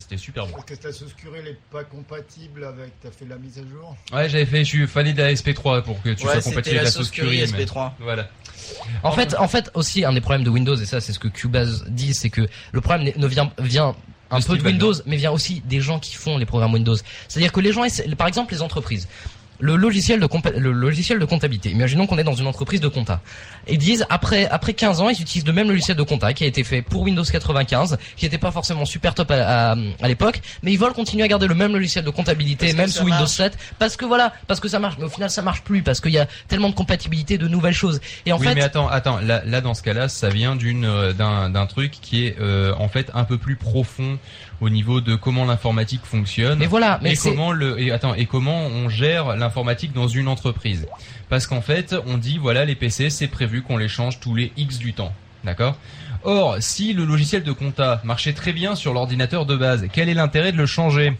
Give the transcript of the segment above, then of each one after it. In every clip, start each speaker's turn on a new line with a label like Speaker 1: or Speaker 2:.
Speaker 1: c'était super bon.
Speaker 2: que ta sauce curée n'est pas compatible avec. T'as fait la mise à jour
Speaker 1: Ouais, j'avais fait, je suis fané de la SP3 pour que tu
Speaker 3: ouais,
Speaker 1: sois
Speaker 3: c'était
Speaker 1: compatible
Speaker 3: la,
Speaker 1: avec la
Speaker 3: sauce curry
Speaker 1: curry. mais-
Speaker 3: SP3.
Speaker 1: Voilà.
Speaker 4: En fait, en fait aussi un des problèmes de Windows et ça c'est ce que Cubase dit, c'est que le problème n'est- ne vient vient un
Speaker 1: De
Speaker 4: peu
Speaker 1: Steve
Speaker 4: de Windows, mais vient aussi des gens qui font les programmes Windows. C'est-à-dire que les gens, essaient- par exemple, les entreprises. Le logiciel de compa- le logiciel de comptabilité. Imaginons qu'on est dans une entreprise de compta. Ils disent après après 15 ans, ils utilisent le même logiciel de compta qui a été fait pour Windows 95, qui n'était pas forcément super top à, à, à l'époque, mais ils veulent continuer à garder le même logiciel de comptabilité
Speaker 3: Parce que
Speaker 4: même
Speaker 3: ça
Speaker 4: sous Windows
Speaker 3: marche.
Speaker 4: 7 parce que voilà, parce que ça marche. Mais au final, ça marche plus parce qu'il y a tellement de compatibilité, de nouvelles choses. Et en
Speaker 1: oui,
Speaker 4: fait,
Speaker 1: mais attends, attends. Là, là, dans ce cas-là, ça vient d'une euh, d'un d'un truc qui est euh, en fait un peu plus profond au niveau de comment l'informatique fonctionne.
Speaker 4: Mais voilà, mais
Speaker 1: Hmm. et
Speaker 4: c'est
Speaker 1: comment le et attends et comment on gère l'informatique dans une entreprise Parce qu'en fait, on dit voilà les PC, c'est prévu qu'on les change tous les X du temps, d'accord Or, si le logiciel de compta marchait très bien sur l'ordinateur de base, quel est l'intérêt de le changer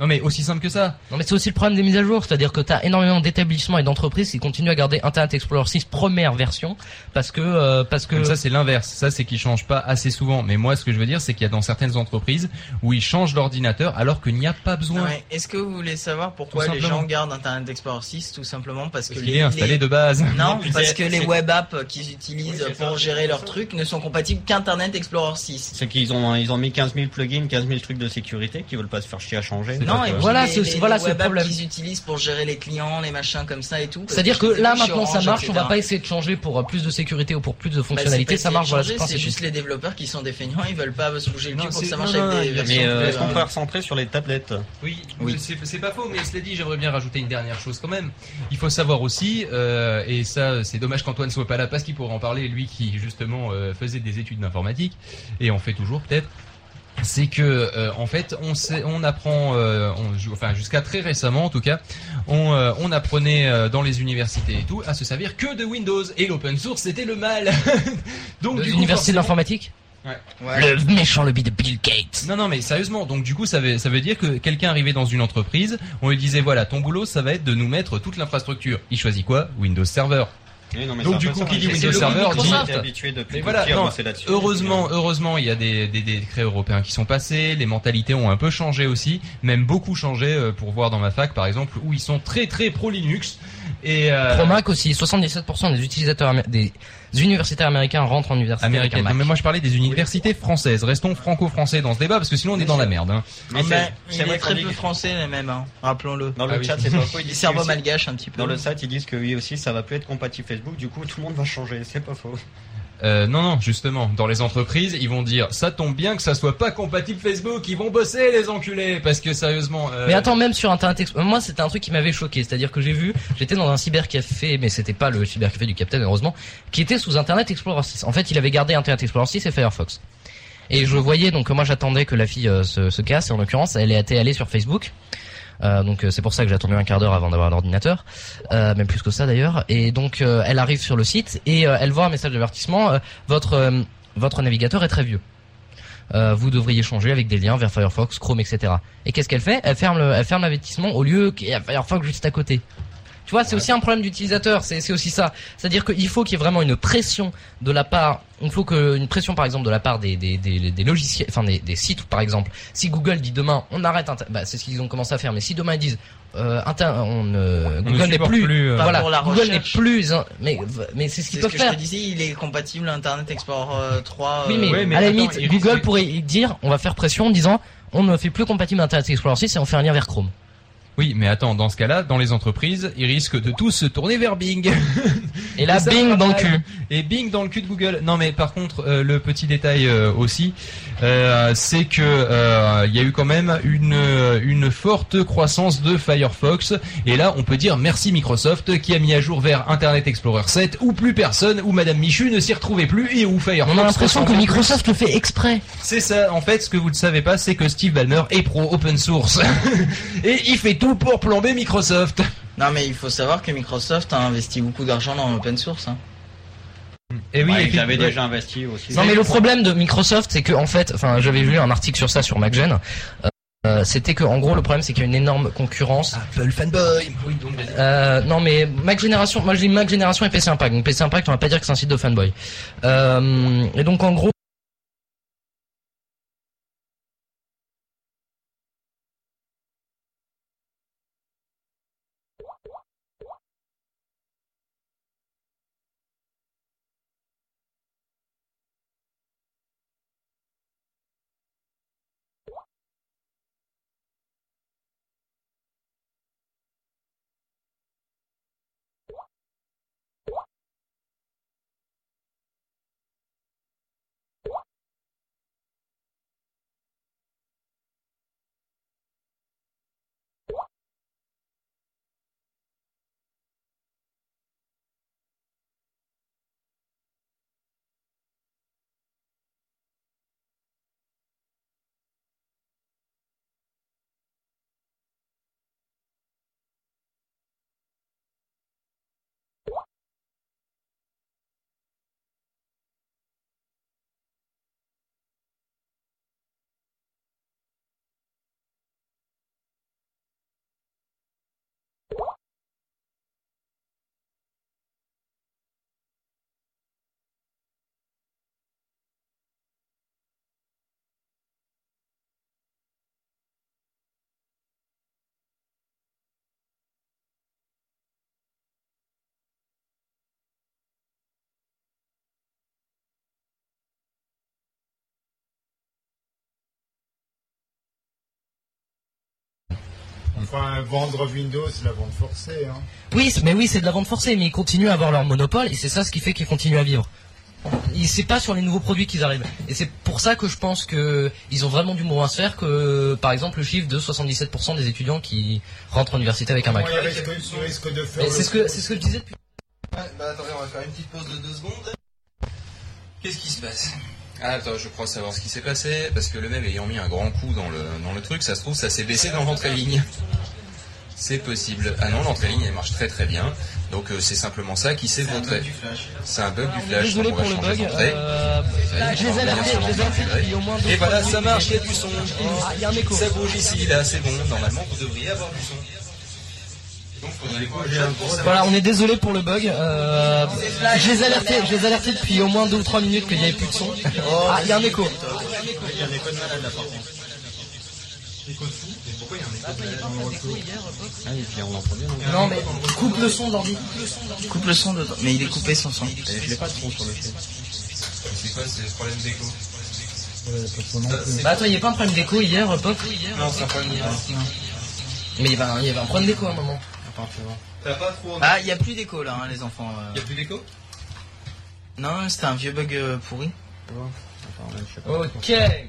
Speaker 1: Non mais aussi simple que ça.
Speaker 4: non mais c'est aussi le problème des mises à jour, c'est-à-dire que tu as énormément d'établissements et d'entreprises qui continuent à garder Internet Explorer 6 première version parce que euh, parce que
Speaker 1: Comme ça, c'est l'inverse. Ça, c'est qu'ils changent pas assez souvent. Mais moi, ce que je veux dire, c'est qu'il y a dans certaines entreprises où ils changent d'ordinateur alors qu'il n'y a pas besoin.
Speaker 3: Non, mais Est-ce que vous voulez savoir pourquoi
Speaker 1: Tout
Speaker 3: les
Speaker 1: simplement.
Speaker 3: gens gardent Internet Explorer 6 Tout simplement parce que
Speaker 1: Parce qu'il
Speaker 3: les,
Speaker 1: est installé
Speaker 3: les-
Speaker 1: de base.
Speaker 3: Non,
Speaker 5: Non, mais
Speaker 3: parce
Speaker 5: c'est-
Speaker 3: que les
Speaker 5: c'est-
Speaker 3: web apps qu'ils utilisent
Speaker 5: Oui, c'est
Speaker 3: pour
Speaker 5: ça.
Speaker 3: gérer leurs trucs ne sont compatibles qu'Internet Explorer 6.
Speaker 5: C'est qu'ils ont, ils ont mis 15 000 plugins, 15 000 trucs de sécurité qu'ils veulent pas se faire chier à changer.
Speaker 1: C'est
Speaker 3: Non,
Speaker 1: pas
Speaker 3: et
Speaker 1: ça.
Speaker 3: puis
Speaker 4: Voilà,
Speaker 3: les,
Speaker 4: c'est-
Speaker 3: les-
Speaker 4: voilà,
Speaker 3: les
Speaker 4: c'est le
Speaker 3: web apps
Speaker 4: problème.
Speaker 3: qu'ils utilisent pour gérer les clients, les machins comme ça et tout. parce
Speaker 4: c'est-à-dire que
Speaker 3: je les ai
Speaker 4: là
Speaker 3: vus chez
Speaker 4: maintenant ça
Speaker 3: Orange,
Speaker 4: marche, on va
Speaker 3: etc.
Speaker 4: pas essayer de changer pour euh, plus de sécurité ou pour plus de
Speaker 3: Bah, c'est
Speaker 4: fonctionnalité,
Speaker 3: pas
Speaker 4: ça marche,
Speaker 3: essayer de
Speaker 4: voilà, je
Speaker 3: changer,
Speaker 4: pense
Speaker 3: c'est
Speaker 4: que
Speaker 3: juste les développeurs qui sont des feignants, ils veulent pas se bouger le
Speaker 1: Non,
Speaker 3: cul pour que
Speaker 1: c'est-
Speaker 3: ça
Speaker 1: non,
Speaker 3: marche
Speaker 1: non,
Speaker 3: avec des
Speaker 1: non,
Speaker 3: versions
Speaker 5: Mais euh,
Speaker 3: plus,
Speaker 5: est-ce qu'on
Speaker 3: euh,
Speaker 5: peut recentrer sur les tablettes
Speaker 1: Oui,
Speaker 3: Oui.
Speaker 1: mais c'est c'est pas faux, mais cela dit, j'aimerais bien rajouter une dernière chose quand même. Il faut savoir aussi, euh, et ça c'est dommage qu'Antoine soit pas là parce qu'il pourrait en parler, lui qui justement euh, faisait des études d'informatique, et en fait toujours peut-être, c'est que euh, en fait on sait, on apprend, euh, on, ju- enfin jusqu'à très récemment en tout cas, on, euh, on apprenait euh, dans les universités et tout à se servir que de Windows, et l'open source c'était le mal. Donc
Speaker 4: de
Speaker 1: du coup,
Speaker 4: l'université
Speaker 1: forcément-
Speaker 4: de l'informatique.
Speaker 3: ouais.
Speaker 4: Le méchant lobby de Bill Gates.
Speaker 1: non, non, mais sérieusement, donc du coup, ça veut, ça veut dire que quelqu'un arrivait dans une entreprise, on lui disait, voilà, ton boulot, ça va être de nous mettre toute l'infrastructure. Il choisit quoi Windows Server.
Speaker 5: Oui, non, mais
Speaker 1: Donc,
Speaker 5: c'est un
Speaker 1: du
Speaker 5: peu
Speaker 1: coup,
Speaker 5: ça,
Speaker 1: qui dit
Speaker 5: mais
Speaker 1: Windows
Speaker 5: c'est le
Speaker 1: Server,
Speaker 5: Windows
Speaker 1: dit-
Speaker 5: qu'on était habitué depuis
Speaker 1: Mais
Speaker 5: tout
Speaker 1: voilà,
Speaker 5: petit à
Speaker 1: non,
Speaker 5: bosser là-dessus.
Speaker 1: Heureusement, heureusement, il y a des, des, des décrets européens qui sont passés, les mentalités ont un peu changé aussi, même beaucoup changé, euh, pour voir dans ma fac, par exemple, où ils sont très très pro Linux. Et euh,
Speaker 4: Pro Mac aussi, 77% des utilisateurs amé- des universitaires américains rentrent en université
Speaker 1: américaine.
Speaker 4: avec un
Speaker 1: Non, mais
Speaker 4: Mac.
Speaker 1: moi, je parlais des universités françaises. Restons franco-français dans ce débat, parce que sinon, on est dans la merde. hein.
Speaker 5: Mais
Speaker 3: Bah,
Speaker 5: c'est-
Speaker 3: il
Speaker 5: c'est
Speaker 3: est
Speaker 5: vrai qu'on
Speaker 3: très
Speaker 5: dit
Speaker 3: peu
Speaker 5: que-
Speaker 3: français les mêmes, hein, rappelons-le.
Speaker 5: Dans
Speaker 1: Ah
Speaker 5: le
Speaker 1: oui.
Speaker 5: chat, c'est pas faux. ils
Speaker 3: Ils
Speaker 5: disent
Speaker 3: servent
Speaker 5: aussi-
Speaker 3: malgache un petit peu.
Speaker 5: Dans le chat, ils disent que oui aussi, ça va plus être compatible Facebook. Du coup, tout le monde va changer. C'est pas faux.
Speaker 1: Euh, non, non, justement, dans les entreprises, ils vont dire, ça tombe bien que ça soit pas compatible Facebook, ils vont bosser les enculés, parce que sérieusement. euh,
Speaker 4: Mais attends, même sur Internet Explorer, moi c'était un truc qui m'avait choqué, c'est-à-dire que j'ai vu, j'étais dans un cybercafé, mais c'était pas le cybercafé du Capitaine heureusement, qui était sous Internet Explorer 6. En fait, il avait gardé Internet Explorer 6 et Firefox. Et je voyais donc moi j'attendais que la fille euh, se, se casse et en l'occurrence elle était allée sur Facebook. Euh, donc euh, c'est pour ça que j'ai attendu un quart d'heure avant d'avoir l'ordinateur, euh, même plus que ça d'ailleurs. Et donc euh, elle arrive sur le site et euh, elle voit un message d'avertissement euh, votre euh, votre navigateur est très vieux. Euh, vous devriez changer avec des liens vers Firefox, Chrome, etc. Et qu'est-ce qu'elle fait Elle ferme le, elle ferme l'avertissement au lieu qu'il y a Firefox juste à côté. Tu vois, c'est aussi un problème d'utilisateur, c'est c'est aussi ça. C'est-à-dire qu'il faut qu'il y ait vraiment une pression de la part, il faut que une pression par exemple de la part des des, des, des logiciels, enfin des, des sites par exemple. Si Google dit demain on arrête, Inter- bah, c'est ce qu'ils ont commencé à faire. Mais si demain ils disent euh, Inter- on, euh,
Speaker 1: on ne
Speaker 4: Google n'est
Speaker 1: supporte
Speaker 4: plus,
Speaker 1: euh,
Speaker 3: Pas
Speaker 4: voilà,
Speaker 3: pour la
Speaker 4: Google n'est
Speaker 3: recherche.
Speaker 4: plus, un- mais mais c'est ce
Speaker 3: C'est
Speaker 4: qu'ils
Speaker 3: ce
Speaker 4: peuvent
Speaker 3: que je
Speaker 4: faire.
Speaker 3: te disais, il est compatible Internet Explorer euh, 3.
Speaker 4: Oui,
Speaker 3: euh,
Speaker 4: mais,
Speaker 1: Ouais, mais
Speaker 4: à la
Speaker 1: attends,
Speaker 4: limite,
Speaker 1: il risque-
Speaker 4: Google pourrait dire on va faire pression en disant on ne fait plus compatible Internet Explorer 6 et on fait un lien vers Chrome.
Speaker 1: Oui, mais attends, dans ce cas-là, dans les entreprises, ils risquent de tous se tourner vers Bing.
Speaker 4: Et là,
Speaker 1: Et ça,
Speaker 4: bing
Speaker 1: c'est
Speaker 4: dans le
Speaker 1: pas
Speaker 4: cul.
Speaker 1: mal. Et Bing dans le cul de Google. Non, mais par contre, euh, le petit détail euh, aussi, euh, c'est que euh, il y a eu quand même une euh, une forte croissance de Firefox. Et là, on peut dire merci Microsoft qui a mis à jour vers Internet Explorer 7 où plus personne, où Madame Michu ne s'y retrouvait plus et où Firefox.
Speaker 4: On a l'impression que
Speaker 1: ressemble-
Speaker 4: Microsoft le fait exprès.
Speaker 1: C'est ça. En fait, ce que vous ne savez pas, c'est que Steve Ballmer est pro open source et il fait tout pour plomber Microsoft.
Speaker 3: Non, mais il faut savoir que Microsoft a investi beaucoup d'argent dans l'open source. hein.
Speaker 1: Et oui,
Speaker 5: Ouais, ils
Speaker 1: effectivement.
Speaker 5: avaient déjà investi aussi.
Speaker 4: Non mais le problème de Microsoft, c'est que en fait, enfin, j'avais lu un article sur ça sur MacGen. euh, c'était que en gros le problème c'est qu'il y a une énorme concurrence.
Speaker 1: Apple fanboy. Oui, donc, vas-y.
Speaker 4: Euh, non mais Mac Génération, moi je dis Mac Génération et PC Impact. Donc PC Impact, on va pas dire que c'est un site de fanboy. Euh, et donc en gros
Speaker 2: Enfin, vendre Windows, c'est la vente forcée. Hein.
Speaker 4: Oui, c'est- mais oui, c'est de la vente forcée, mais ils continuent à avoir leur monopole et c'est ça ce qui fait qu'ils continuent à vivre. Ils- C'est pas sur les nouveaux produits qu'ils arrivent. Et c'est pour ça que je pense que ils ont vraiment du moins à se faire que, par exemple, le chiffre de 77% des étudiants qui rentrent en université avec un
Speaker 2: Moi,
Speaker 4: bac.
Speaker 2: il risque, il risque de faire.
Speaker 4: Bah, Mais
Speaker 2: le
Speaker 4: c'est ce que, c'est ce que je disais depuis.
Speaker 6: bah attendez, on va faire une petite pause de deux secondes. Qu'est-ce qui se passe ah, attends, je crois savoir ce qui s'est passé, parce que le même ayant mis un grand coup dans le, dans le truc, ça se trouve, ça s'est baissé dans l'entrée-ligne. C'est possible. Ah non, l'entrée-ligne, elle marche très très bien. Donc euh, c'est simplement ça qui s'est vautré. C'est un bug du flash.
Speaker 4: Ah, Désolé
Speaker 6: donc on
Speaker 4: pour
Speaker 6: va
Speaker 4: le
Speaker 6: changer
Speaker 4: bug.
Speaker 6: d'entrée.
Speaker 4: euh, je les ai alertés, je les ai alertés depuis au moins deux
Speaker 6: Et
Speaker 4: trois
Speaker 6: voilà,
Speaker 4: minutes.
Speaker 6: ça marche, il y a du son.
Speaker 4: Ah, il y a un écho.
Speaker 6: Ça bouge ici, là, c'est bon. Normalement, vous devriez avoir du son. Donc, faudrait aller voir le chat pour savoir.
Speaker 4: Voilà, on est désolé pour le bug. Euh, je les ai alertés, je les ai alertés depuis au moins deux ou trois minutes qu'il n'y avait plus de son. Ah, il y a un écho.
Speaker 5: Ah, et puis on l'entend bien. donc.
Speaker 4: Non mais coupe le son de l'ordi.
Speaker 3: Coupe le son dedans. Mais il est coupé sans son.
Speaker 5: Et Je l'ai pas de son sur le chat.
Speaker 6: C'est quoi ce problème d'écho
Speaker 4: Bah attends, il n'y a pas un problème d'écho hier, Pop
Speaker 6: Non, c'est un problème d'écho.
Speaker 4: Mais il y avait un, il y avait un problème d'écho à un moment.
Speaker 6: T'as pas trop.
Speaker 3: Ah, il n'y a plus d'écho là, hein, les enfants. euh.
Speaker 6: Y a plus d'écho
Speaker 3: Non, c'était un vieux bug euh, pourri.
Speaker 5: Enfin, ouais, je sais pas.
Speaker 4: Ok.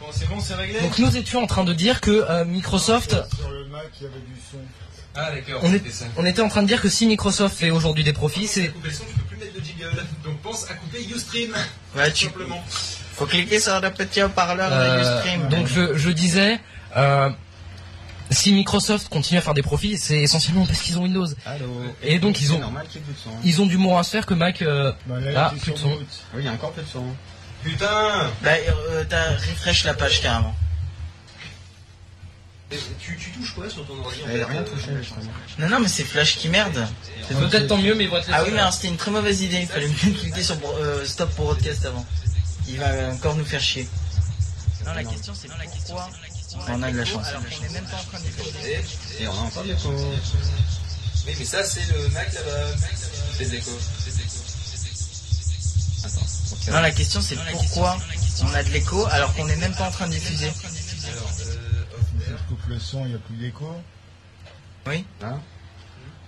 Speaker 6: Bon, c'est bon, c'est réglé
Speaker 4: Donc nous étions en train de dire que euh, Microsoft,
Speaker 2: Sur le Mac, il y avait du son.
Speaker 6: Ah, d'accord,
Speaker 4: on, est-
Speaker 6: c'était ça.
Speaker 4: on était en train de dire que si Microsoft fait aujourd'hui des profits, c'est
Speaker 6: Couper le son, tu peux plus mettre de jiggle. Donc, pense à couper Ustream,
Speaker 3: Ouais,
Speaker 6: tout
Speaker 3: tu.
Speaker 6: simplement.
Speaker 3: Faut cliquer sur le petit haut-parleur de
Speaker 4: euh,
Speaker 3: Ustream.
Speaker 4: donc je, je disais. euh, si Microsoft continue à faire des profits, c'est essentiellement parce qu'ils ont Windows.
Speaker 5: Allô
Speaker 4: Et donc, ils ont-
Speaker 5: C'est normal qu'il y ait plus de son.
Speaker 4: Ils ont du moins à se faire que Mac. euh,
Speaker 2: Bah, là, il y
Speaker 4: Ah,
Speaker 2: a du
Speaker 4: plus de
Speaker 2: son
Speaker 4: son.
Speaker 2: mute.
Speaker 5: Oui, il y a encore plus de son.
Speaker 6: Putain
Speaker 3: Là, euh, t'as refresh la page carrément.
Speaker 6: tu, tu touches quoi sur ton ordi en
Speaker 3: Eh,
Speaker 5: Elle
Speaker 6: fait
Speaker 5: a rien touché, justement.
Speaker 3: Non, non, mais c'est Flash qui merde.
Speaker 4: c'est peut-être tant mieux, mais ils vont être les
Speaker 3: Ah oui,
Speaker 4: seuls.
Speaker 3: mais alors, c'était une très mauvaise idée. Il fallait bien cliquer sur euh, Stop pour Broadcast avant. Il va encore nous faire chier. Non, la question c'est pourquoi on a de la chance.
Speaker 5: Et on a encore du son.
Speaker 6: Oui, mais ça, c'est le Mac là-bas. Les échos.
Speaker 3: Non, la question c'est pourquoi on a de l'écho alors qu'on n'est même pas en train de diffuser.
Speaker 6: Alors, euh, off air.
Speaker 2: Je coupe le son, il n'y a plus d'écho.
Speaker 5: Là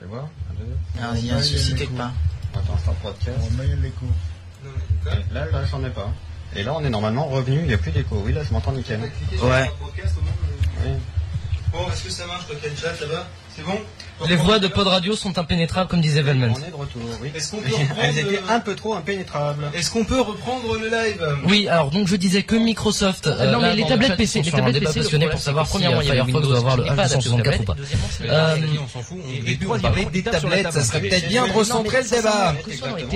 Speaker 5: Tu vois Un, deux.
Speaker 3: Alors, Ah, Il y a un souci quelque part.
Speaker 5: Attends, je t'en podcast.
Speaker 2: On met l'écho.
Speaker 6: Non, mais quoi
Speaker 5: Là, là, j'en ai pas. Et là, on est normalement revenu, il n'y a plus d'écho. Oui, là, je m'entends nickel.
Speaker 6: On a cliqué
Speaker 3: Ouais.
Speaker 6: sur un podcast au moins, euh,
Speaker 5: Oui.
Speaker 6: Bon, est-ce que ça marche, toi, qui as le chat là-bas C'est bon
Speaker 4: Les voix de Pod Radio sont impénétrables, comme disait Velman.
Speaker 5: On est de retour, oui.
Speaker 6: Est-ce qu'on peut reprendre,
Speaker 5: Elles étaient
Speaker 6: euh,
Speaker 5: un peu trop impénétrables.
Speaker 6: Est-ce qu'on peut reprendre le live
Speaker 4: Oui, alors donc je disais que Microsoft. euh,
Speaker 7: non, mais
Speaker 4: là,
Speaker 7: les
Speaker 4: dans le
Speaker 7: tablettes
Speaker 4: chat,
Speaker 7: PC,
Speaker 4: ils sont
Speaker 7: les
Speaker 4: sur un
Speaker 7: tablettes
Speaker 4: débat
Speaker 7: PC, le
Speaker 4: passionné
Speaker 7: problème,
Speaker 4: pour
Speaker 7: c'est
Speaker 4: savoir
Speaker 7: que
Speaker 4: si
Speaker 7: premièrement,
Speaker 4: euh,
Speaker 7: il y avait
Speaker 4: Firefox doit avoir le
Speaker 7: Windows qui n'est pas adapté
Speaker 4: H264
Speaker 7: aux
Speaker 4: ou
Speaker 7: tablettes,
Speaker 4: pas.
Speaker 7: deuxièmement, c'est-
Speaker 4: Euh,
Speaker 6: on s'en fout.
Speaker 7: et- et trois, il y avait des tablettes, ça serait peut-être
Speaker 6: bien
Speaker 7: de recentrer
Speaker 6: le débat.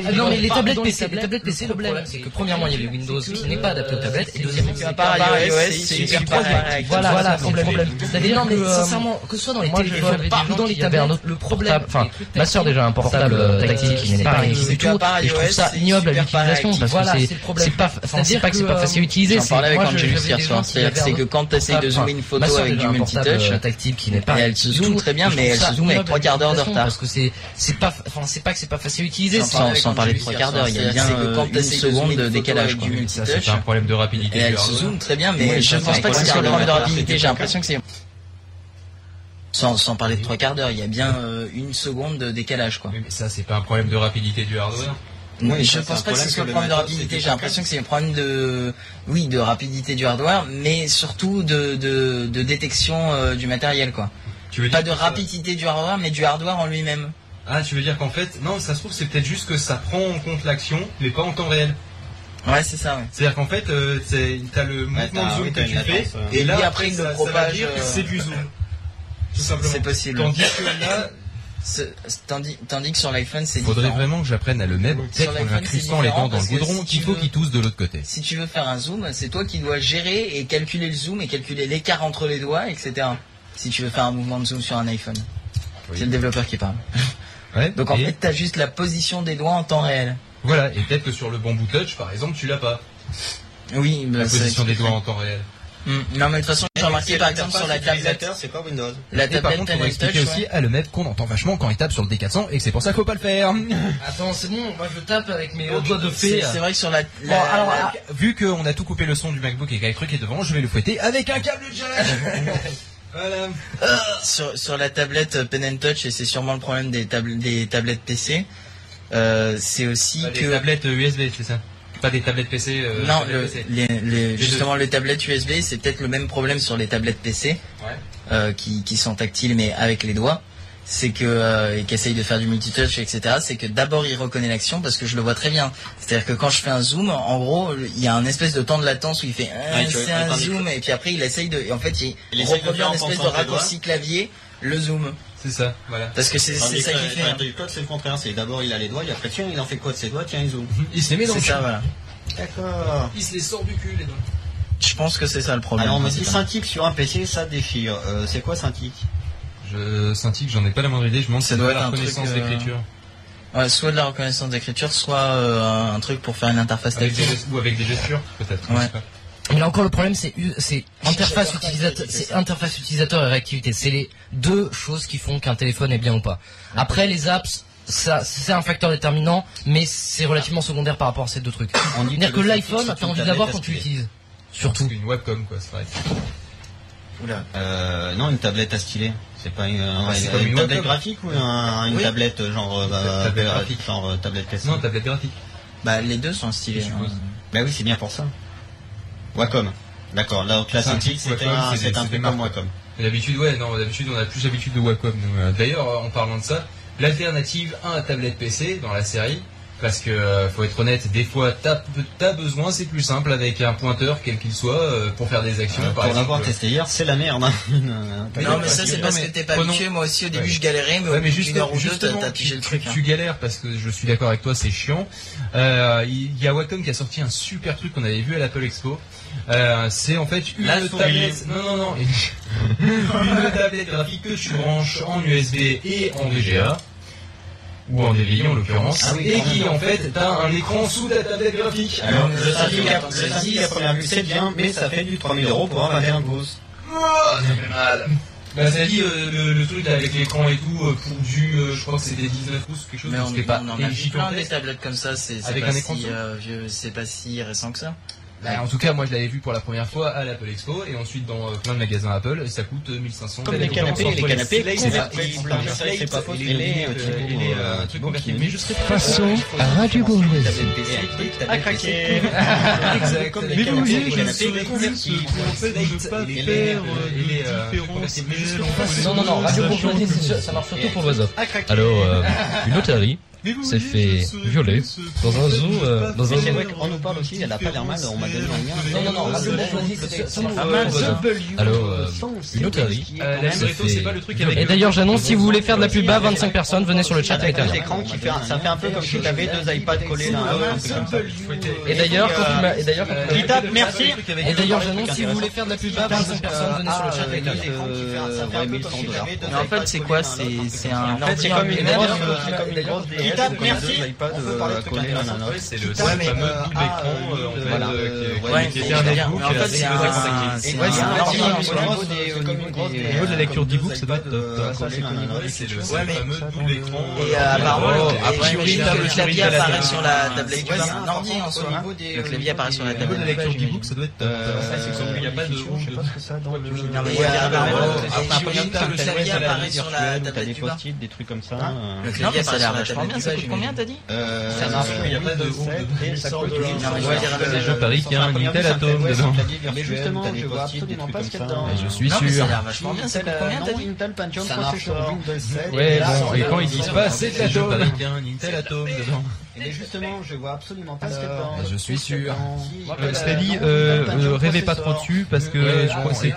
Speaker 4: Ah non, mais les
Speaker 7: Dans
Speaker 4: tablettes
Speaker 7: les
Speaker 4: PC, les
Speaker 7: tablettes,
Speaker 4: tablettes PC, le problème, c'est que premièrement, il y avait Windows
Speaker 7: c'est
Speaker 4: qui
Speaker 7: que,
Speaker 4: n'est pas adapté aux
Speaker 7: euh,
Speaker 4: tablettes, et
Speaker 7: c'est-
Speaker 4: deuxièmement,
Speaker 7: c'est
Speaker 4: c'est
Speaker 7: pas
Speaker 4: pas
Speaker 7: iOS,
Speaker 3: iOS,
Speaker 7: c'est hyper
Speaker 3: correct.
Speaker 4: Voilà,
Speaker 7: Voilà,
Speaker 4: c'est
Speaker 7: c'est
Speaker 4: le
Speaker 7: le
Speaker 4: problème.
Speaker 7: problème.
Speaker 4: C'est-à-dire,
Speaker 7: Mais,
Speaker 4: que,
Speaker 7: euh,
Speaker 4: sincèrement, que ce soit dans les
Speaker 7: moi, je-
Speaker 4: téléphones,
Speaker 7: j'avais des
Speaker 4: partout
Speaker 7: gens
Speaker 4: dans
Speaker 7: qui
Speaker 4: les
Speaker 7: avaient un
Speaker 4: tablettes,
Speaker 7: autre
Speaker 4: le problème,
Speaker 7: portable, enfin,
Speaker 4: des trucs
Speaker 7: ma sœur,
Speaker 4: tactiles,
Speaker 7: déjà, un portable, euh, tactile qui n'est pas
Speaker 4: pareil,
Speaker 7: réussi
Speaker 4: c'est
Speaker 7: du
Speaker 3: pas
Speaker 7: tout,
Speaker 3: pareil,
Speaker 7: et je trouve
Speaker 3: iOS,
Speaker 7: ça
Speaker 3: c'est
Speaker 7: ignoble
Speaker 3: hyper
Speaker 7: l'utilisation,
Speaker 3: pareil.
Speaker 7: parce
Speaker 4: Voilà,
Speaker 7: que
Speaker 4: c'est
Speaker 7: c'est
Speaker 4: le problème.
Speaker 7: c'est pas, enfin, c'est
Speaker 4: C'est-à-dire
Speaker 7: pas que c'est
Speaker 4: que,
Speaker 7: pas facile à
Speaker 4: euh,
Speaker 7: utiliser,
Speaker 3: J'en
Speaker 7: c'est,
Speaker 3: parlais avec
Speaker 7: moi, je-
Speaker 3: Angelus
Speaker 7: j'avais
Speaker 3: hier
Speaker 7: des
Speaker 3: soir,
Speaker 7: gens qui avaient
Speaker 3: c'est-à-dire
Speaker 7: un
Speaker 3: c'est que
Speaker 7: autre
Speaker 3: quand t'essayes de
Speaker 7: portable,
Speaker 3: zoomer
Speaker 7: enfin,
Speaker 3: une
Speaker 4: Ma
Speaker 3: photo
Speaker 4: sœur
Speaker 3: avec
Speaker 4: avait
Speaker 3: du
Speaker 4: un portable,
Speaker 3: multitouch,
Speaker 4: euh, tactile qui n'est pas
Speaker 3: Et elle se
Speaker 4: du
Speaker 3: zoome
Speaker 4: tout-
Speaker 3: très bien,
Speaker 4: je
Speaker 3: mais
Speaker 4: trouve
Speaker 3: elle
Speaker 4: ça
Speaker 3: se zoome avec
Speaker 4: ignoble
Speaker 3: trois quarts d'heure de
Speaker 4: l'utilisation,
Speaker 3: retard.
Speaker 4: Parce que c'est, c'est pas, enfin, c'est pas que c'est pas facile à utiliser, c'est
Speaker 3: sans, sans parler de trois quarts d'heure, il y a bien euh, euh, une une seconde de décalage. quoi. Du
Speaker 1: Ça, c'est un
Speaker 3: multitouch.
Speaker 1: problème de rapidité.
Speaker 3: Et
Speaker 1: du
Speaker 3: elle se
Speaker 1: hardware.
Speaker 3: zoome très bien,
Speaker 5: Oui,
Speaker 3: mais je
Speaker 5: ça,
Speaker 3: pense
Speaker 5: c'est
Speaker 3: pas que
Speaker 5: un
Speaker 3: c'est un
Speaker 5: problème
Speaker 3: problème de
Speaker 5: de
Speaker 3: rapidité. J'ai
Speaker 5: rapidité.
Speaker 3: l'impression que c'est. Sans, sans parler de trois quarts d'heure, il y a bien euh, une seconde de décalage, quoi.
Speaker 1: Oui, mais ça, c'est pas un problème de rapidité du hardware.
Speaker 5: Oui,
Speaker 3: je
Speaker 5: ça, c'est
Speaker 3: pense
Speaker 5: un
Speaker 3: pas que ce soit le problème de
Speaker 5: problème que le
Speaker 3: rapidité.
Speaker 5: matos,
Speaker 3: J'ai l'impression que c'est le problème de, oui, de rapidité du hardware, mais surtout de, de, de détection euh, du matériel, quoi.
Speaker 1: Tu veux
Speaker 3: Pas de
Speaker 1: dire que ça-
Speaker 3: rapidité du hardware, mais du hardware en lui-même.
Speaker 1: Ah, tu veux dire qu'en fait, non, ça se trouve, c'est peut-être juste que ça prend en compte l'action, mais pas en temps réel.
Speaker 3: Ouais, c'est ça, ouais.
Speaker 1: C'est-à-dire qu'en fait, euh, c'est- t'as le mouvement
Speaker 5: Ouais, t'as-
Speaker 1: de zoom
Speaker 5: oui,
Speaker 1: que
Speaker 5: t'as
Speaker 1: tu
Speaker 5: une
Speaker 1: fais,
Speaker 5: latence, euh.
Speaker 1: et là,
Speaker 3: Et
Speaker 1: après,
Speaker 3: après, il
Speaker 1: ça,
Speaker 3: le
Speaker 1: ça va
Speaker 3: propage,
Speaker 1: dire que
Speaker 3: euh,
Speaker 1: c'est du zoom. Tout
Speaker 3: C'est
Speaker 1: simplement.
Speaker 3: possible.
Speaker 1: Tandis que là,
Speaker 3: Ce- Tandis, tandis que sur l'iPhone, c'est
Speaker 1: faudrait
Speaker 3: différent.
Speaker 1: vraiment que j'apprenne à le mettre,
Speaker 3: Sur
Speaker 1: peut-être en
Speaker 3: l'iPhone,
Speaker 1: incrustant
Speaker 3: c'est
Speaker 1: les dents dans le
Speaker 3: différent, parce
Speaker 1: goudron,
Speaker 3: que si
Speaker 1: qu'il
Speaker 3: tu
Speaker 1: faut
Speaker 3: veux-
Speaker 1: qu'ils toussent de l'autre côté.
Speaker 3: Si tu veux faire un zoom, c'est toi qui dois gérer et calculer le zoom et calculer l'écart entre les doigts, etc. Si tu veux faire un mouvement de zoom sur un iPhone.
Speaker 1: Oui.
Speaker 3: C'est le développeur qui parle.
Speaker 1: Ouais.
Speaker 3: Donc en
Speaker 1: et
Speaker 3: fait, t'as juste la position des doigts en temps réel.
Speaker 1: Voilà, et peut-être que sur le bambou touch, par exemple, tu l'as pas.
Speaker 3: Oui, bah,
Speaker 1: La
Speaker 3: ça-
Speaker 1: position des doigts en temps réel.
Speaker 3: Hmm. Non, mais de toute façon, j'ai remarqué par exemple sur la tablette,
Speaker 5: c'est pas Windows.
Speaker 3: la
Speaker 1: Et par
Speaker 3: tablette
Speaker 1: contre, on va
Speaker 3: Touch,
Speaker 1: expliquer aussi à le mettre qu'on entend vachement quand il tape sur le D400 et que c'est pour ça qu'il faut pas le faire.
Speaker 4: Attends, c'est bon, moi je tape avec mes
Speaker 1: Non,
Speaker 4: doigts de
Speaker 3: c'est
Speaker 4: fée.
Speaker 3: c'est vrai que sur la,
Speaker 1: Bon,
Speaker 4: Euh,
Speaker 3: la-
Speaker 1: alors,
Speaker 3: la-
Speaker 1: ah, vu qu'on a tout coupé le son du MacBook et qu'il y a le truc qui est devant, je vais le fouetter avec un câble jack
Speaker 6: Voilà.
Speaker 3: sur, sur la tablette euh, Pen and Touch, et c'est sûrement le problème des, tabl- des tablettes PC, euh, c'est aussi
Speaker 5: Bah,
Speaker 6: Pas des
Speaker 3: que...
Speaker 6: tablettes USB, c'est ça Pas des tablettes PC. euh,
Speaker 3: non,
Speaker 6: tablettes
Speaker 3: le-
Speaker 6: PC.
Speaker 3: les- les-
Speaker 6: deux.
Speaker 3: justement, les tablettes USB, c'est peut-être le même problème sur les tablettes PC,
Speaker 6: Ouais.
Speaker 3: euh, qui, qui sont tactiles mais avec les doigts, c'est que euh, et qui essayent de faire du multitouch, etc. C'est que d'abord il reconnaît l'action parce que je le vois très bien. C'est-à-dire que quand je fais un zoom, en gros, il y a un espèce de temps de latence où il fait Ah,
Speaker 5: Ouais, tu vois,
Speaker 3: c'est un
Speaker 5: attends,
Speaker 3: zoom et puis après il essaye de, et en fait il,
Speaker 5: Il essaye de
Speaker 3: reproduit
Speaker 5: faire
Speaker 3: un
Speaker 5: en
Speaker 3: espèce de
Speaker 5: pensant à ses
Speaker 3: raccourci clavier le zoom
Speaker 6: C'est ça, voilà.
Speaker 3: parce que c'est c'est
Speaker 5: Tandis
Speaker 3: ça
Speaker 5: que,
Speaker 3: qu'il fait.
Speaker 5: euh,
Speaker 3: hein.
Speaker 5: tandis que l'autre, c'est le contraire. C'est d'abord il a les doigts, et après tiens, il en fait quoi de ses doigts Tiens, il zoome.
Speaker 3: Mhm.
Speaker 1: Il se les met dans
Speaker 3: C'est
Speaker 1: le
Speaker 3: ça
Speaker 1: cul.
Speaker 3: voilà.
Speaker 5: D'accord.
Speaker 1: Il se les sort du cul, les doigts.
Speaker 3: Je pense que c'est ça le problème.
Speaker 5: Alors on me dit Cintiq sur un PC, ça déchire. Euh, c'est quoi Cintiq
Speaker 6: Je sentis que j'en ai pas la moindre idée, je me demande si
Speaker 3: Ça
Speaker 6: c'est
Speaker 3: doit
Speaker 6: pas
Speaker 3: être
Speaker 6: la
Speaker 3: un truc,
Speaker 6: reconnaissance
Speaker 3: euh,
Speaker 6: d'écriture.
Speaker 3: Ouais, soit de la reconnaissance d'écriture, soit euh, un truc pour faire une interface
Speaker 6: Avec des
Speaker 3: tactile.
Speaker 6: gestes- Ou avec des gestures, peut-être.
Speaker 3: Ouais.
Speaker 6: je sais pas.
Speaker 4: Mais là encore, le problème, c'est u- c'est interface utilisateur, c'est interface utilisateur et réactivité. C'est les deux choses qui font qu'un téléphone est bien ou pas. Après, les apps, ça, c'est un facteur déterminant, mais c'est relativement secondaire par rapport à ces deux trucs.
Speaker 5: On dit
Speaker 4: C'est-à-dire que
Speaker 5: le
Speaker 4: l'iPhone,
Speaker 5: Cintiq, c'est
Speaker 4: t'as
Speaker 5: une
Speaker 4: envie
Speaker 5: tablette
Speaker 4: d'avoir quand tu
Speaker 5: aspirée.
Speaker 4: l'utilises. Surtout.
Speaker 6: Une webcom, quoi, c'est vrai.
Speaker 3: Oula.
Speaker 5: Euh, non, une tablette à stylet. C'est pas une,
Speaker 6: Ah, c'est
Speaker 5: une-
Speaker 6: comme
Speaker 5: une
Speaker 6: une
Speaker 5: tablette
Speaker 6: webcam.
Speaker 5: graphique ou un- une
Speaker 3: Oui.
Speaker 5: tablette euh, genre euh, bah,
Speaker 6: Tablette
Speaker 5: euh,
Speaker 6: graphique.
Speaker 5: genre euh, tablette PC.
Speaker 6: Non, tablette graphique.
Speaker 3: Bah les deux sont stylés.
Speaker 6: Je
Speaker 3: hein.
Speaker 6: suppose.
Speaker 5: bah oui, c'est bien pour ça. Wacom. D'accord. Là, donc la Cintiq,
Speaker 6: Cintiq,
Speaker 5: c'était
Speaker 6: Wacom,
Speaker 5: un,
Speaker 6: c'est
Speaker 5: c'est
Speaker 6: des-
Speaker 5: un
Speaker 6: c'est
Speaker 5: peu
Speaker 6: des
Speaker 5: comme
Speaker 6: marques.
Speaker 5: Wacom.
Speaker 6: Et D'habitude, ouais, non, d'habitude, on a plus l'habitude de Wacom. nous, euh. D'ailleurs, euh, en parlant de ça, l'alternative à la tablette PC dans la série, parce que, euh, faut être honnête, des fois, t'as t'as besoin, c'est plus simple avec un pointeur, quel qu'il soit, euh, pour faire des actions.
Speaker 5: Euh,
Speaker 6: par
Speaker 5: pour
Speaker 6: exemple.
Speaker 5: l'avoir testé hier, c'est la merde. hein.
Speaker 6: Mais
Speaker 3: non,
Speaker 6: non,
Speaker 3: mais ça,
Speaker 6: parce
Speaker 3: c'est
Speaker 6: que-
Speaker 3: parce
Speaker 6: non,
Speaker 3: que
Speaker 6: mais
Speaker 3: t'es pas
Speaker 6: prenons-
Speaker 3: habitué. Moi aussi, au début,
Speaker 6: Ouais.
Speaker 3: je galérais, mais au
Speaker 6: Ouais, mais
Speaker 3: bout
Speaker 6: juste,
Speaker 3: d'une heure ou deux, t'as
Speaker 6: justement,
Speaker 3: t'as
Speaker 6: tu,
Speaker 3: pigé le
Speaker 6: tu-
Speaker 3: truc. hein.
Speaker 6: tu galères parce que je suis d'accord avec toi, c'est chiant. Euh, Il y a Wacom qui a sorti un super truc qu'on avait vu à l'Apple Expo. Euh, c'est en fait une
Speaker 3: La souris.
Speaker 6: tablette. Non, non, non. une tablette graphique que tu branches en USB et en VGA. Ou en DVI en l'occurrence.
Speaker 5: Ah oui,
Speaker 6: et
Speaker 5: quand même.
Speaker 6: qui en fait, t'as un écran sous ta tablette graphique.
Speaker 5: Alors,
Speaker 3: le
Speaker 5: le
Speaker 3: Cintiq,
Speaker 5: Cintiq, à-
Speaker 3: attends,
Speaker 5: le
Speaker 3: c'est
Speaker 5: Cintiq, à
Speaker 3: dix.
Speaker 5: première vue, c'est bien, mais ça fait du 3000 euros pour un 21 pouces.
Speaker 6: Oh, Bah, ça dit euh, le, le truc avec l'écran et tout, euh, pour du, euh, je crois que c'était 19 pouces, quelque chose,
Speaker 3: Mais on,
Speaker 6: c'était pas
Speaker 3: on en a vu plein des
Speaker 6: gigantesque.
Speaker 3: tablettes comme ça, c'est c'est
Speaker 6: Avec
Speaker 3: pas,
Speaker 6: un écran
Speaker 3: si,
Speaker 6: dessous.
Speaker 3: euh, vieux, c'est pas si récent que ça.
Speaker 6: Bah, en tout cas, moi je l'avais vu pour la première fois à l'Apple Expo et ensuite dans euh, plein de magasins Apple. et Ça coûte euh, 1500
Speaker 5: Comme les canapés, les canapés convertibles. C'est pas faux,
Speaker 6: Et
Speaker 5: et les-
Speaker 6: les, euh,
Speaker 5: Thibaut,
Speaker 6: et les, euh,
Speaker 5: euh,
Speaker 6: trucs
Speaker 5: Thibaut qui
Speaker 6: convertibles.
Speaker 5: nous
Speaker 6: Mais je serais
Speaker 4: Passons à Radio
Speaker 5: Une
Speaker 4: Bourgeoisie.
Speaker 5: tablette PC, une tablette PC.
Speaker 6: Exact.
Speaker 5: Comme
Speaker 6: avec
Speaker 5: les
Speaker 6: un
Speaker 5: canapés,
Speaker 6: gros
Speaker 5: les canapés
Speaker 6: canapé
Speaker 5: convertibles.
Speaker 6: convertible. Et les, euh, et les, euh, convertibles. Mais juste pour-
Speaker 4: Non, non, non, Radio Bourgeoisie, c'est sûr, ça marche surtout pour l'oiseau. Alors, euh, une otarie s'est fait violer dans un zoo, euh, dans
Speaker 5: Mais c'est vrai qu'on nous parle aussi, elle a pas l'air mal, on m'a donné le mien.
Speaker 4: Non, non, non, Radio Bourgeoisie, c'est sûr. Alors, bah, euh, une otarie.
Speaker 6: Euh, la Libretto, c'est pas le truc avec
Speaker 4: Et
Speaker 6: le-
Speaker 4: d'ailleurs, j'annonce, si vous voulez faire de la pub à 25 personnes, venez sur euh, le chat
Speaker 5: Avec deux
Speaker 4: internet.
Speaker 5: écrans qui fait, un- ça fait un peu comme si t'avais deux iPads collés l'un à l'autre.
Speaker 4: Et d'ailleurs, euh, quand tu m'as- et d'ailleurs, quand tu m'as-
Speaker 5: Qui tape, merci.
Speaker 4: Et d'ailleurs, j'annonce, si vous voulez faire de la pub à
Speaker 3: euh,
Speaker 4: 25 personnes, venez sur
Speaker 3: ah,
Speaker 4: le chat internet.
Speaker 3: Mais en fait, c'est quoi C'est c'est un
Speaker 5: En fait, c'est
Speaker 3: ordinateur
Speaker 5: comme une
Speaker 3: mais
Speaker 5: grosse,
Speaker 3: d'ailleurs,
Speaker 5: euh, c'est comme une grosse DS,
Speaker 3: tape,
Speaker 5: comme
Speaker 3: merci.
Speaker 5: deux iPads,
Speaker 3: On peut
Speaker 5: euh,
Speaker 3: parler de trucs
Speaker 5: collés l'un à l'autre.
Speaker 6: Ouais, c'est le
Speaker 5: Ouais,
Speaker 6: c'est le
Speaker 5: mais,
Speaker 6: fameux
Speaker 5: euh,
Speaker 6: double
Speaker 5: ah,
Speaker 6: écran
Speaker 5: euh,
Speaker 6: euh, en fait,
Speaker 5: voilà,
Speaker 6: euh, qui-
Speaker 5: euh,
Speaker 3: Ouais,
Speaker 6: qui- qui
Speaker 3: mais
Speaker 6: était un
Speaker 3: regarde,
Speaker 6: netbook,
Speaker 3: mais en fait,
Speaker 6: euh,
Speaker 3: c'est
Speaker 6: avec
Speaker 3: un.
Speaker 6: un-
Speaker 3: C'est
Speaker 5: Ouais, c'est
Speaker 3: un
Speaker 5: un ordinateur,
Speaker 3: ordinateur.
Speaker 5: c'est une grosse des- au niveau des-
Speaker 8: Au niveau de la lecture
Speaker 5: Euh, comme
Speaker 8: d'e-book,
Speaker 5: deux
Speaker 8: ça doit
Speaker 5: iPads,
Speaker 8: être, euh,
Speaker 5: euh,
Speaker 8: collé
Speaker 5: collés l'un à
Speaker 8: l'un à
Speaker 5: l'autre.
Speaker 6: C'est le
Speaker 3: Ouais, mais-
Speaker 6: fameux double écran.
Speaker 3: Et
Speaker 6: euh,
Speaker 3: apparemment,
Speaker 6: avec-
Speaker 3: après,
Speaker 8: souris,
Speaker 3: j'imagine
Speaker 8: table,
Speaker 3: que le
Speaker 8: souris,
Speaker 3: clavier
Speaker 8: table,
Speaker 3: apparaît
Speaker 8: table.
Speaker 3: sur la tablette.
Speaker 5: Ouais, c'est
Speaker 3: Un ordi en soi.
Speaker 5: au
Speaker 3: hein.
Speaker 5: niveau des-
Speaker 3: Le clavier apparaît sur la
Speaker 5: des-
Speaker 8: Au niveau de la
Speaker 3: tablette.
Speaker 8: lecture d'e-book, ça doit être. euh,
Speaker 5: Ouais, c'est
Speaker 6: Il n'y a pas de
Speaker 8: je sais pas ce que ça a dans le. Ah, bah,
Speaker 3: Non, mais
Speaker 5: Ouais,
Speaker 3: il y a
Speaker 5: ouais,
Speaker 3: apparemment,
Speaker 5: ouais,
Speaker 3: le-
Speaker 5: ouais.
Speaker 3: et
Speaker 5: Après,
Speaker 3: j'imagine
Speaker 5: regarde,
Speaker 3: que le
Speaker 5: t'as le
Speaker 3: clavier
Speaker 5: clavier
Speaker 3: apparaît sur la
Speaker 5: T'as
Speaker 3: tablette
Speaker 5: des
Speaker 3: du bas.
Speaker 5: post-it, des trucs comme ça.
Speaker 3: Hein
Speaker 5: euh.
Speaker 3: Le
Speaker 8: Non,
Speaker 3: clavier
Speaker 8: mais ça a l'air
Speaker 3: apparaît sur la
Speaker 8: vachement
Speaker 3: tablette
Speaker 8: bien,
Speaker 3: du
Speaker 8: ça
Speaker 3: bas,
Speaker 8: coûte combien,
Speaker 3: j'imagine.
Speaker 8: t'as dit
Speaker 5: Euh,
Speaker 2: Ça marche,
Speaker 5: euh,
Speaker 6: il y a pas de
Speaker 5: Windows
Speaker 6: honte
Speaker 5: 7,
Speaker 2: dedans.
Speaker 5: et ça
Speaker 2: Sort
Speaker 5: coûte
Speaker 2: de la-
Speaker 3: Non,
Speaker 5: une-
Speaker 3: mais je
Speaker 5: Ouais,
Speaker 3: veux dire,
Speaker 5: c'est
Speaker 3: le-
Speaker 5: un
Speaker 1: parie qu'il y a un
Speaker 5: premier
Speaker 1: Intel
Speaker 5: vue, ça
Speaker 1: Atom
Speaker 5: fait- ouais,
Speaker 1: dedans.
Speaker 5: c'est un clavier virtuel,
Speaker 8: Mais justement,
Speaker 5: t'as des
Speaker 8: je vois
Speaker 5: post-it, des
Speaker 8: absolument
Speaker 5: trucs
Speaker 8: pas ce
Speaker 5: comme
Speaker 8: qu'il y a
Speaker 5: ça.
Speaker 8: dedans.
Speaker 5: Et
Speaker 4: Je
Speaker 5: je-
Speaker 4: suis
Speaker 3: Non, mais ça
Speaker 4: sûr.
Speaker 3: a l'air vachement bien, ça coûte combien, t'as dit
Speaker 8: Intel Pentium
Speaker 5: Ça marche
Speaker 8: processeur
Speaker 5: sur
Speaker 8: Windows 7.
Speaker 1: Ouais,
Speaker 8: Et là,
Speaker 1: bon, et quand ils disent pas, c'est de
Speaker 6: Je
Speaker 1: l'atome.
Speaker 6: parle avec un Intel Atom dedans.
Speaker 5: Mais justement, je vois absolument pas ce qu'il y a
Speaker 8: Alors,
Speaker 5: dedans.
Speaker 1: je suis sûr.
Speaker 5: Si,
Speaker 8: Euh,
Speaker 5: euh,
Speaker 8: Steady,
Speaker 5: non,
Speaker 8: euh,
Speaker 5: Intel Pentium
Speaker 8: euh, rêvez pas trop
Speaker 5: processeur.
Speaker 8: dessus parce que
Speaker 1: Ouais,
Speaker 8: je crois
Speaker 1: bon,
Speaker 8: que c'est